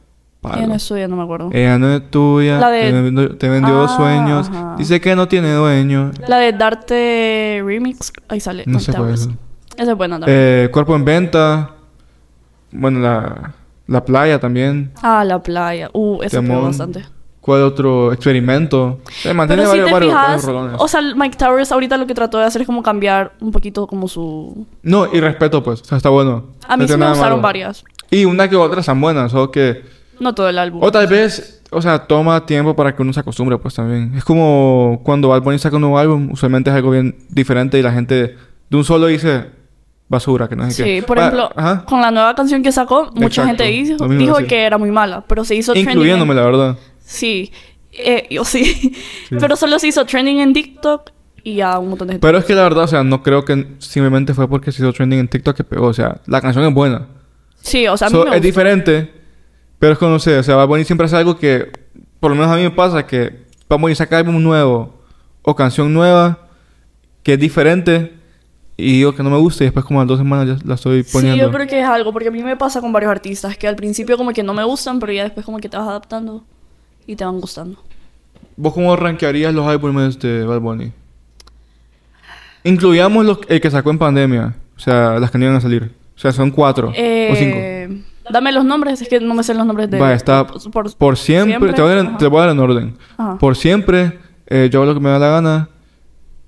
2018.
Palo. Eh.
Ya no es suya, no me acuerdo.
Ella no es tuya.
La de-
Te vendió, te vendió
Ah,
sueños.
ajá.
Dice que no tiene dueño.
La de Darte Remix. Ahí sale.
No
Mike
sé cuál es.
Towers. Esa es buena también.
Eh, cuerpo en venta. Bueno, la, la playa también.
ah, La Playa. Uh, esa pegó
Temón.
bastante.
¿Cuál otro experimento? Eh, mantiene
Pero si
varios,
te
varios, varios
fijas,
rolones.
o sea, Mike Towers ahorita lo que trató de hacer es como cambiar un poquito como su...
no, y respeto, pues. O sea, está bueno.
A mí
No
sí
tiene
me
nada
gustaron
malo.
varias.
Y una que otra están buenas, o que...
No todo el álbum.
O Oh, tal vez, o sea, toma tiempo para que uno se acostumbre, pues también. Es como cuando Bad Bunny saca un nuevo álbum, usualmente es algo bien diferente y la gente de un solo dice basura, que no sé qué.
Sí, por
Va-
ejemplo,
Ah, ajá.
con la nueva canción que sacó, mucha
Exacto,
gente dijo,
lo mismo
dijo
decía.
que era muy mala, pero se hizo trending.
Incluyéndome,
en-
la verdad.
Sí, Eh, yo sí. Pero solo se hizo trending en TikTok y ya un montón de gente.
Pero es que la verdad, o sea, no creo que simplemente fue porque se hizo trending en TikTok que pegó. O sea, la canción es buena.
sí, o sea, a mí
So,
me
es
gustó.
diferente, pero es que no sé, o sea, Bad Bunny siempre hace algo que, por lo menos a mí me pasa, que Bad Bunny saca álbum nuevo o canción nueva que es diferente y digo que no me gusta y después como a las dos semanas ya la estoy poniendo.
Sí, yo creo que es algo, porque a mí me pasa con varios artistas, que al principio como que no me gustan, pero ya después como que te vas adaptando y te van gustando.
¿Vos cómo rankearías los álbumes de Bad Bunny? Incluyamos los, el que sacó en pandemia, o sea, las que no iban a salir. O sea, son cuatro o cinco.
Eh, dame los nombres, es que no me sé los nombres de...
Va, está
por,
Por siempre, te, voy a dar en,
ajá.
te voy a dar en orden.
Ajá.
Por siempre, eh, yo hago lo que me da la gana.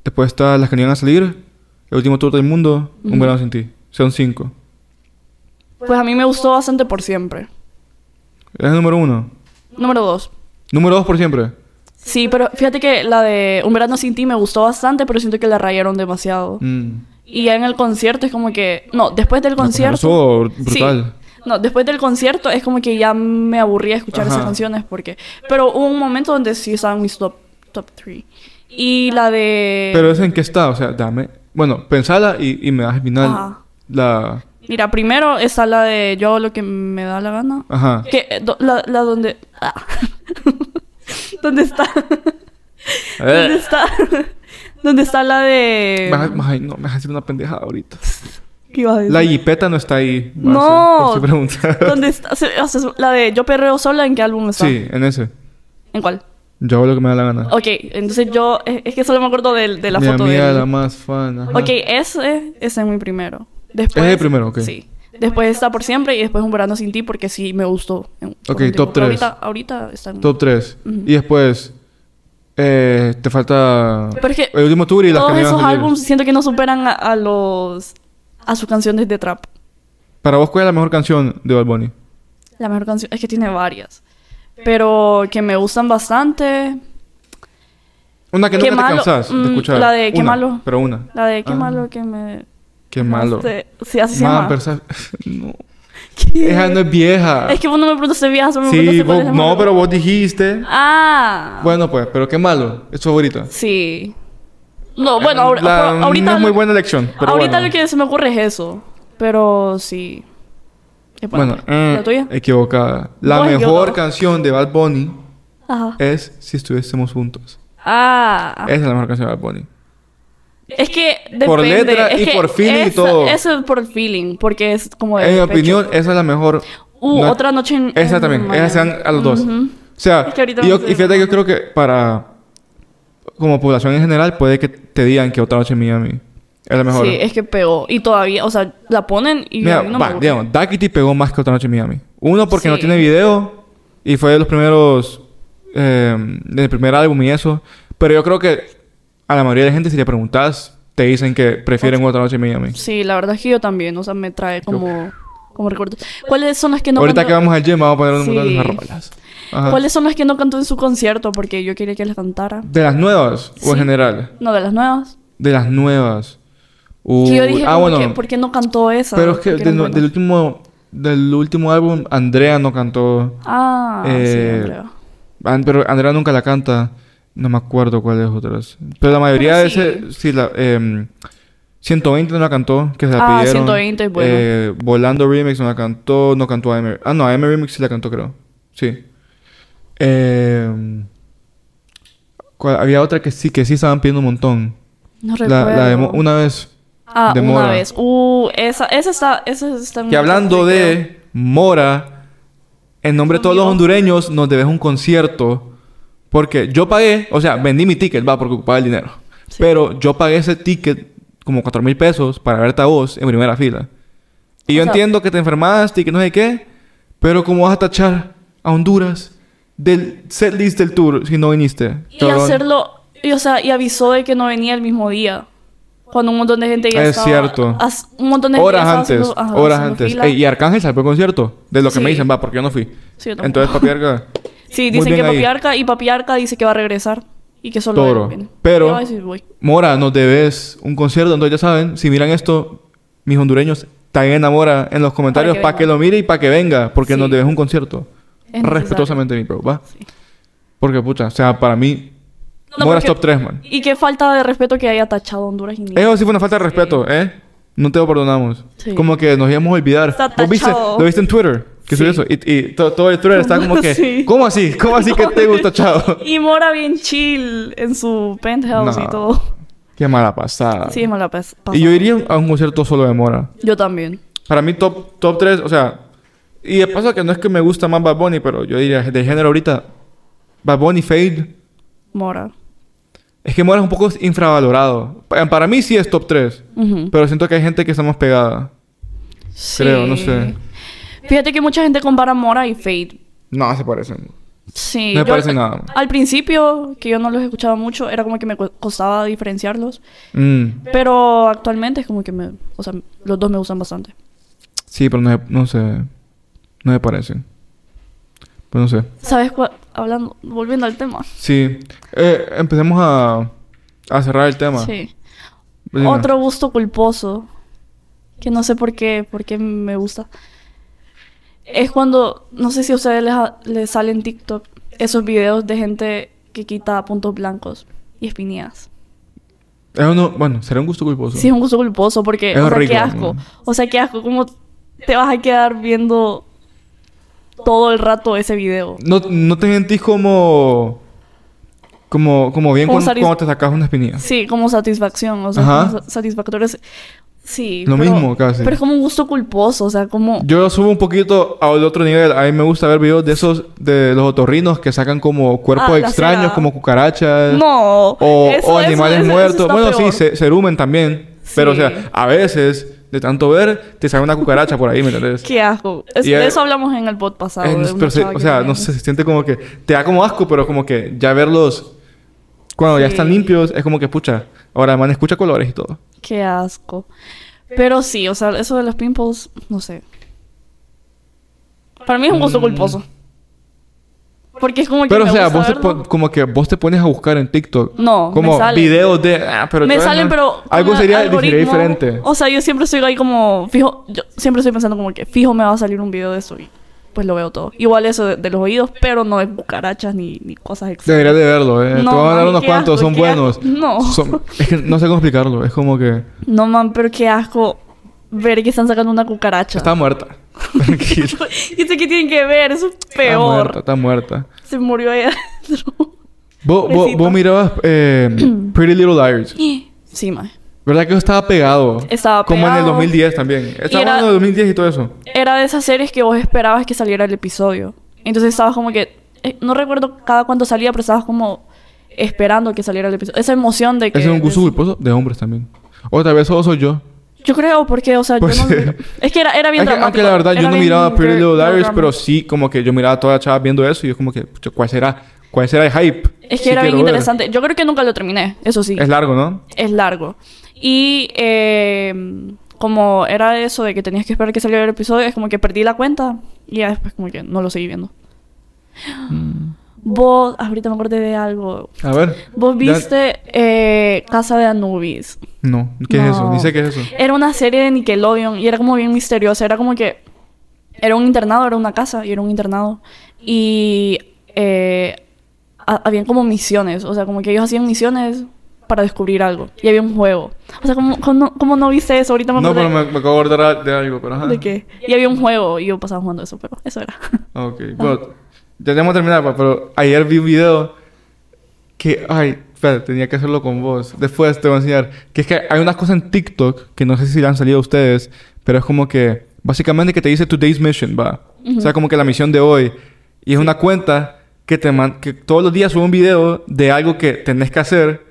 Después está Las que no iban a salir. El último tour del mundo. Un
Ujú.
verano sin ti. Son cinco.
Pues a mí me gustó bastante por siempre.
Es el número uno.
Número dos.
Número dos por siempre.
Sí, pero fíjate que la de Un verano sin ti me gustó bastante, pero siento que la rayaron demasiado.
Mm.
Y ya en el concierto es como que... No, después del
pues,
concierto...
estuvo brutal.
Sí. No, después del concierto es como que ya me aburría escuchar
Ajá.
esas canciones porque... Pero hubo un momento donde sí estaban mis top, top three. Y la de...
Pero es en qué está. O sea, dame. Bueno, pensala y, y me das el final.
Ajá.
La.
Mira, primero está la de Yo hago lo que me da la gana.
Ajá.
Que, eh, do- la, la donde... ah. ¿Dónde está? ¿Dónde
Eh.
está? ¿Dónde está la de...?
Vas a- ay, no, me vas a decir una pendejada ahorita.
¿Qué iba a decir?
La jipeta no está ahí. Marce,
eh, No.
Por si preguntas.
¿Dónde está? Se- o sea, la de Yo perreo sola, ¿en qué álbum está?
Sí, en ese.
¿En cuál?
Yo hago lo que me da la gana.
Ok, entonces yo... Es, es que solo me acuerdo del- de, la
Mi
foto
amiga
de...
la más fan. ajá.
Ok, ese, ese es mi primero. Después,
Es el primero, ok.
Sí. Después está Por Siempre y después Un Verano Sin Ti porque sí me gustó. En- por
Ok,
un tiempo.
top
Pero
tres.
Ahorita, ahorita está en-
Top 3.
Ujú.
Y después. eh, te falta.
Pero es que
el último tour y las
Todos
que no iban
esos
a salir.
álbumes siento que no superan a, a los... A sus canciones de trap.
Para vos, ¿cuál es la mejor canción de Bad Bunny?
La mejor canción es que tiene varias. Pero que me gustan bastante.
Una que
Qué
nunca
malo,
te cansás
mm,
de escuchar.
la de Qué
Una,
malo.
Pero una.
La de qué
Ah.
malo que me.
Qué malo.
dejaste". Sí, así se
Man,
llama.
pero esa- no.
¿Qué?
Esa no es vieja.
Es que vos no me preguntaste vieja, solo me
sí,
preguntaste cuál
vos-
es la
no,
mejor.
pero vos dijiste.
Ah.
Bueno, pues, pero qué malo. Es tu favorita.
Sí. No, bueno, ahora,
La-
pero ahorita.
No es muy buena elección. Pero
ahorita
bueno.
lo que se me ocurre es eso. Pero sí. Es
Bueno,
buena.
eh,
¿La tuya?
equivocada. La
Vos
mejor
equivocado.
canción de Bad Bunny
Ajá.
es Si estuviésemos juntos.
Ah.
Esa es la mejor canción de Bad Bunny.
Es que depende.
Por letra
es
y
que
por feeling y
esa-
todo.
Eso es por feeling, porque es como. de
En mi
pecho.
opinión, esa es la mejor.
Uh,
No-
otra noche en.
Esa
en
también.
Miami.
Esas se dan a los dos.
Ujú.
O sea,
Es que ahorita
y, yo-
no sé.
y fíjate que yo creo que para... Como población en general, puede que te digan que otra noche en Miami es la mejor.
Sí, es que pegó. Y todavía, o sea, la ponen y
Mira,
a mí no
va,
me gusta.
digamos, Duckity pegó más que otra noche en Miami. Uno porque no
Sí.
tiene video y fue de los primeros eh, del primer álbum y eso. Pero yo creo que a la mayoría de la gente, si le preguntas, te dicen que prefieren otra noche en Miami.
Sí, la verdad es que yo también, o sea, me trae como, como recuerdos. ¿Cuáles son las que no
Ahorita
cantó-
que vamos al gym, vamos a poner un montón de
Sí.
esas rolas. Ajá.
¿Cuáles son las que no cantó en su concierto? Porque yo quería que las cantara.
¿De las nuevas o en
Sí.
general?
No, de las nuevas.
De las nuevas.
Que yo
Uy,
dije,
ah,
como
bueno.
que, ¿por qué no cantó esa?
Pero es que
Porque
del, del
eran buenas.
último del último álbum Andrea no cantó.
Ah,
eh,
sí, Andrea.
An- pero Andrea nunca la canta. No me acuerdo cuáles otras. Pero la mayoría
Pero sí.
de ese sí la em, 120 no la cantó, que se la
Ah,
pidieron.
120 es bueno.
Eh, Volando Remix no la cantó, no cantó AM. Ah, no, AM Remix sí la cantó, creo. Sí. Em, ¿cuál- había otra que sí, que sí estaban pidiendo un montón.
No
La,
recuerdo.
la de Mo- una vez.
Ah,
de
una
Mora.
vez. Uh, esa, esa está, esa está en
Que
una
hablando
parte, creo.
de Mora, en nombre de todos los hondureños, nos debes un concierto. Porque yo pagué, o sea, vendí mi ticket, va, porque ocupaba el dinero.
Sí.
Pero yo pagué ese ticket como 4 mil pesos para verte a vos en primera fila. Y
O
yo
sea-
entiendo que te enfermaste y que no sé qué, pero ¿cómo vas a tachar a Honduras del setlist del tour si no viniste?
Y
cabrón?
hacerlo, y, o sea, y avisó de que no venía el mismo día. Cuando un montón de gente ya
Es
estaba...
cierto.
as- un montón de gente
Horas
ya estaba
antes,
haciendo- ajá,
horas
haciendo
antes.
fila.
Ey, y Arcángel salió al concierto, de lo que me
Sí.
dicen, va, porque yo no fui.
Sí, yo tampoco.
Entonces, papiarca.
Sí,
Muy
dicen
bien
que
ahí.
Papiarca y Papiarca dice que va a regresar. Y que solo
Toro.
él viene.
Pero-
Yo a veces voy.
Mora, nos debes un concierto. Entonces, ya saben, si miran esto, mis hondureños, taguen a Mora en los comentarios
que
para que,
venga.
lo mire y para que venga, porque
Sí.
nos debes un concierto.
Es necesario.
Respetuosamente, mi bro, ¿va?
Sí.
Porque, pucha, o sea, para mí,
No,
Mora
porque-
es top 3, man.
Y qué falta de respeto que haya tachado a Honduras y ni-
Eso sí fue una falta de respeto, ¿eh? No te lo perdonamos.
Sí.
Como que nos íbamos a olvidar.
Está
¿Vos viste?
tachado.
¿Lo viste en Twitter? Que subió
Sí.
eso. Y, y to- todo el Twitter está como que...
Sí.
¿Cómo así? ¿Cómo así que te gusta, chao?
Y Mora bien chill en su penthouse
No.
y todo.
Qué mala pasada.
Sí, me la pas-
y yo
pasó.
iría a un concierto solo de Mora.
Yo también.
Para mí top, top 3, o sea... Y de paso que no es que me gusta más Bad Bunny, pero yo diría de género ahorita... Bad Bunny Fade.
Mora.
Es que Mora es un poco infravalorado. Pa- Para mí sí es top 3.
Ujú.
Pero siento que hay gente que está más pegada. Creo, no
Sí.
sé.
Fíjate que mucha gente compara Mora y Fade.
No, se parecen.
Sí.
No me
yo-
parece nada.
Al principio, que yo no los escuchaba mucho, era como que me cu- costaba diferenciarlos.
Mm.
Pero actualmente es como que me... O sea, los dos me gustan bastante.
Sí, pero no, se- no sé. No me parecen. Pues no sé.
¿Sabes cuál? Hablando... Volviendo al tema.
Sí. Eh, empecemos a, a cerrar el tema. Pues
Sí.
Dime.
Otro gusto culposo. Que no sé por qué, por qué me gusta. Es cuando, no sé si a ustedes les, ha- les salen TikTok esos videos de gente que quita puntos blancos y espinillas.
Es uno- bueno, será un gusto culposo.
Sí, es un gusto culposo porque,
Es Mm.
o sea,
rico,
qué asco.
¿no?
O sea, qué asco. ¿Cómo te vas a quedar viendo todo el rato ese video?
¿No, no te sentís como. Como, como bien
Como
cuando,
satis-
cuando te sacas una espinilla?
Sí, como satisfacción, o sea,
Ajá.
como sa- satisfactorio. es- Sí.
Lo
pero-
mismo, casi.
Pero es como un gusto culposo, o sea, como...
Yo lo subo un poquito al otro nivel. A mí me gusta ver videos de esos, de los otorrinos que sacan como cuerpos
Ah, la
extraños,
cera.
como cucarachas.
No.
eh, O,
eso-
o
eso-
animales
eso- eso
muertos.
está
bueno, sí,
peor.
se, cerumen también. Pero, o
Sí.
sea, a veces, de tanto ver, te sale una cucaracha por ahí, ¿me entendés?
Qué asco. Es-
Y,
de
eh,
eso hablamos en el pod pasado.
Eh,
de
no,
una
pero se-
chava
o
que
sea,
tenía-
no sé, se siente como que te da como asco, pero como que ya verlos cuando ya están
Sí.
limpios es como que pucha. Ahora, man, escucha colores y todo.
Qué asco. Pero sí, o sea, eso de los pimples, no sé. Para mí es un gusto culposo. Porque es como que.
Mm. Pero, o
me
sea,
gusta
vos te
verlo.
pon- como que vos te pones a buscar en TikTok.
No, me
como
salen.
videos de. ah, pero
Me
todavía
salen,
no-
pero.
Algo
con
sería,
el
sería
algoritmo,
diferente.
O sea, yo siempre estoy ahí como. Fijo, yo siempre estoy pensando como que fijo me va a salir un video de eso y pues lo veo todo. Igual eso de, de los oídos, pero no es cucarachas ni, ni cosas extrañas.
Deberías de verlo, eh.
No,
te van a dar
ay,
unos
qué
cuantos,
asco,
son
qué
buenos.
asco. No.
Son- es que no sé cómo explicarlo. Es como que.
No, man, pero qué asco ver que están sacando una cucaracha.
Está muerta. Tranquilo.
¿Y sé qué tienen que ver? Eso es
Está
peor.
muerta, está muerta.
Se murió ahí adentro.
Vos, vos-
Pobrecito.
vos mirabas eh, Pretty Little Liars.
Sí, mae.
¿Verdad que yo estaba pegado?
Estaba
Como en el
pegado.
2010 también. Estaba
era-
hablando del 2010 y todo eso.
Era de esas series que vos esperabas que saliera el episodio. Entonces estabas como que... eh, no recuerdo cada cuánto salía, pero estabas como esperando que saliera el episodio. Esa emoción de que...
Ese es un gusto culposo de hombres también. Otra vez solo soy yo.
Yo creo, porque, o sea,
Pues
yo no...
sí.
lo miro. Es que era, era bien
Es que-
dramático.
aunque la verdad
Era
yo no
bien
miraba Pretty
girl-
Little
girl
Liars,
drama.
pero sí como que yo miraba a toda la chava viendo eso y yo como que, pucha, ¿cuál será? ¿Cuál será el hype?
Es que
Sí
era bien
quiero ver.
interesante. Yo creo que nunca lo terminé, eso sí.
Es largo, ¿no?
es largo. Y eh, como era eso de que tenías que esperar que saliera el episodio, es como que perdí la cuenta y ya después como que no lo seguí viendo. Vos, ahorita me acordé de algo.
A ver.
Vos
Ya-
viste eh, Casa de Anubis.
No, ¿qué es eso?
No.
Ni sé qué es eso.
Era una serie de Nickelodeon y era como bien misteriosa. Era como que era un internado, era una casa y era un internado. Y eh, ha- habían como misiones, o sea, como que ellos hacían misiones para descubrir algo. Y había un juego. O sea, ¿cómo, cómo no- cómo no viste eso? Ahorita me
No,
acordé
pero me, me acabo de acordar de algo, pero ajá.
de qué. Y había un juego y yo pasaba jugando eso, pero eso era.
Ah, Ok, bueno, ya tenemos terminado, pa, pues, pero ayer vi un video que, ay, espera, tenía que hacerlo con vos. Después te voy a enseñar. Que es que hay unas cosas en TikTok que no sé si le han salido a ustedes, pero es como que, básicamente que te dice today's mission, va. O sea, como que la misión de hoy. Y es una cuenta que te man- que todos los días sube un video de algo que tenés que hacer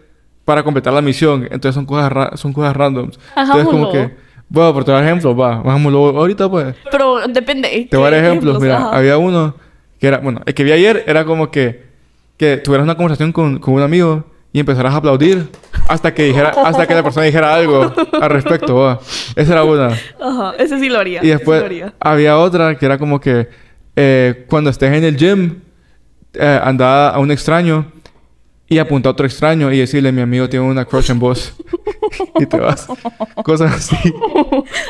para completar la misión. Entonces son cosas, ra- son cosas randoms. Entonces como
Hagámoslo.
que, bueno, por dar ejemplo, va, hagámoslo ahorita pues.
Pero depende.
Te voy a dar
¿qué
ejemplos. Mira,
Ajá.
había uno que era, bueno, el que vi ayer era como que, que tuvieras una conversación con, con un amigo y empezaras a aplaudir hasta que dijera, hasta que la persona dijera algo al respecto. va. Esa era una.
Ajá, ese sí lo haría.
Y
ese sí
después
lo haría.
había otra que era como que eh, cuando estés en el gym, eh, anda a un extraño y apunta a otro extraño y decirle, mi amigo tiene una crush en vos. y te vas. Cosas así.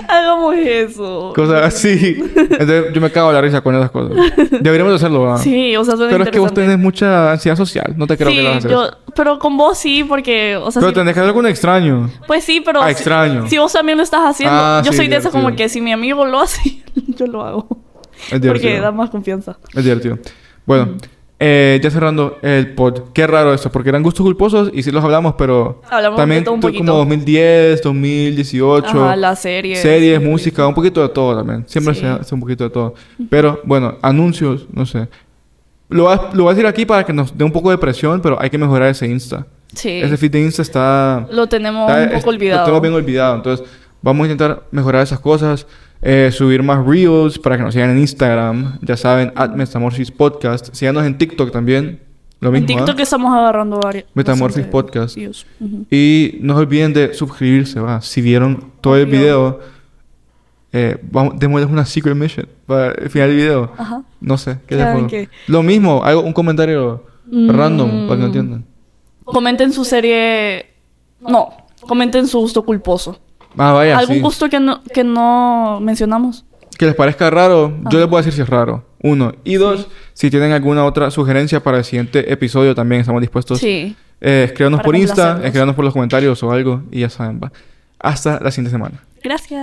Hagamos eso.
Cosas así. Entonces yo me cago en la risa con esas cosas. Deberíamos hacerlo, ¿verdad?
Sí, o sea, suena
Pero es que vos
interesante.
tenés mucha ansiedad social. No te creo
sí,
que lo hagas.
yo, pero con vos sí, porque, o sea,
Pero
sí-
tenés que hacerlo con un extraño.
pues sí, pero
Ah,
si-
extraño.
Si, vos también lo estás haciendo,
Ah,
yo
sí,
soy de esas como
divertido.
que si mi amigo lo hace, yo lo hago,
Es
porque Mm. da
divertido.
más confianza.
Es divertido. Bueno, eh, ya cerrando el pod. Qué raro esto, porque eran gustos culposos y sí los hablamos, pero
Hablamos
también
de todo un
tú-
poquito.
como 2010, 2018.
Ajá, las series.
Series, música, un poquito de todo también. Siempre
Sí.
se hace un poquito de todo. Pero bueno, anuncios, no sé. Lo, va- lo voy a decir aquí para que nos dé un poco de presión, pero hay que mejorar ese Insta.
Sí.
Ese feed de Insta está...
Lo tenemos
Está-
un poco
es- Lo
olvidado.
tengo bien olvidado. Entonces, vamos a intentar mejorar esas cosas. eh, subir más reels para que nos sigan en Instagram. Ya saben, at Metamorphosis Podcast. Síganos en TikTok también. Lo mismo.
en
¿ah?
TikTok estamos agarrando varios.
Metamorphosis
bastante
Podcast.
views. Ujú.
Y no se olviden de suscribirse, va. Si vieron todo el
Obvio.
video, eh, vamos, démosles una secret mission para el final del video.
Ajá.
No sé, ¿qué
Claro,
les pongo?
que-
Lo mismo, hago un comentario
Mm.
random para que lo entiendan.
Comenten su serie. No, comenten su gusto culposo.
Ah, vaya,
¿Algún
sí.
gusto que no, que no mencionamos?
que les parezca raro, yo les voy a decir si es raro. Uno. Y dos, si tienen alguna otra sugerencia para el siguiente episodio, también estamos dispuestos.
sí.
Eh, escríbanos
Para
por Insta,
complacerlos.
escríbanos por los comentarios o algo y ya saben, va. Hasta la siguiente semana.
Gracias.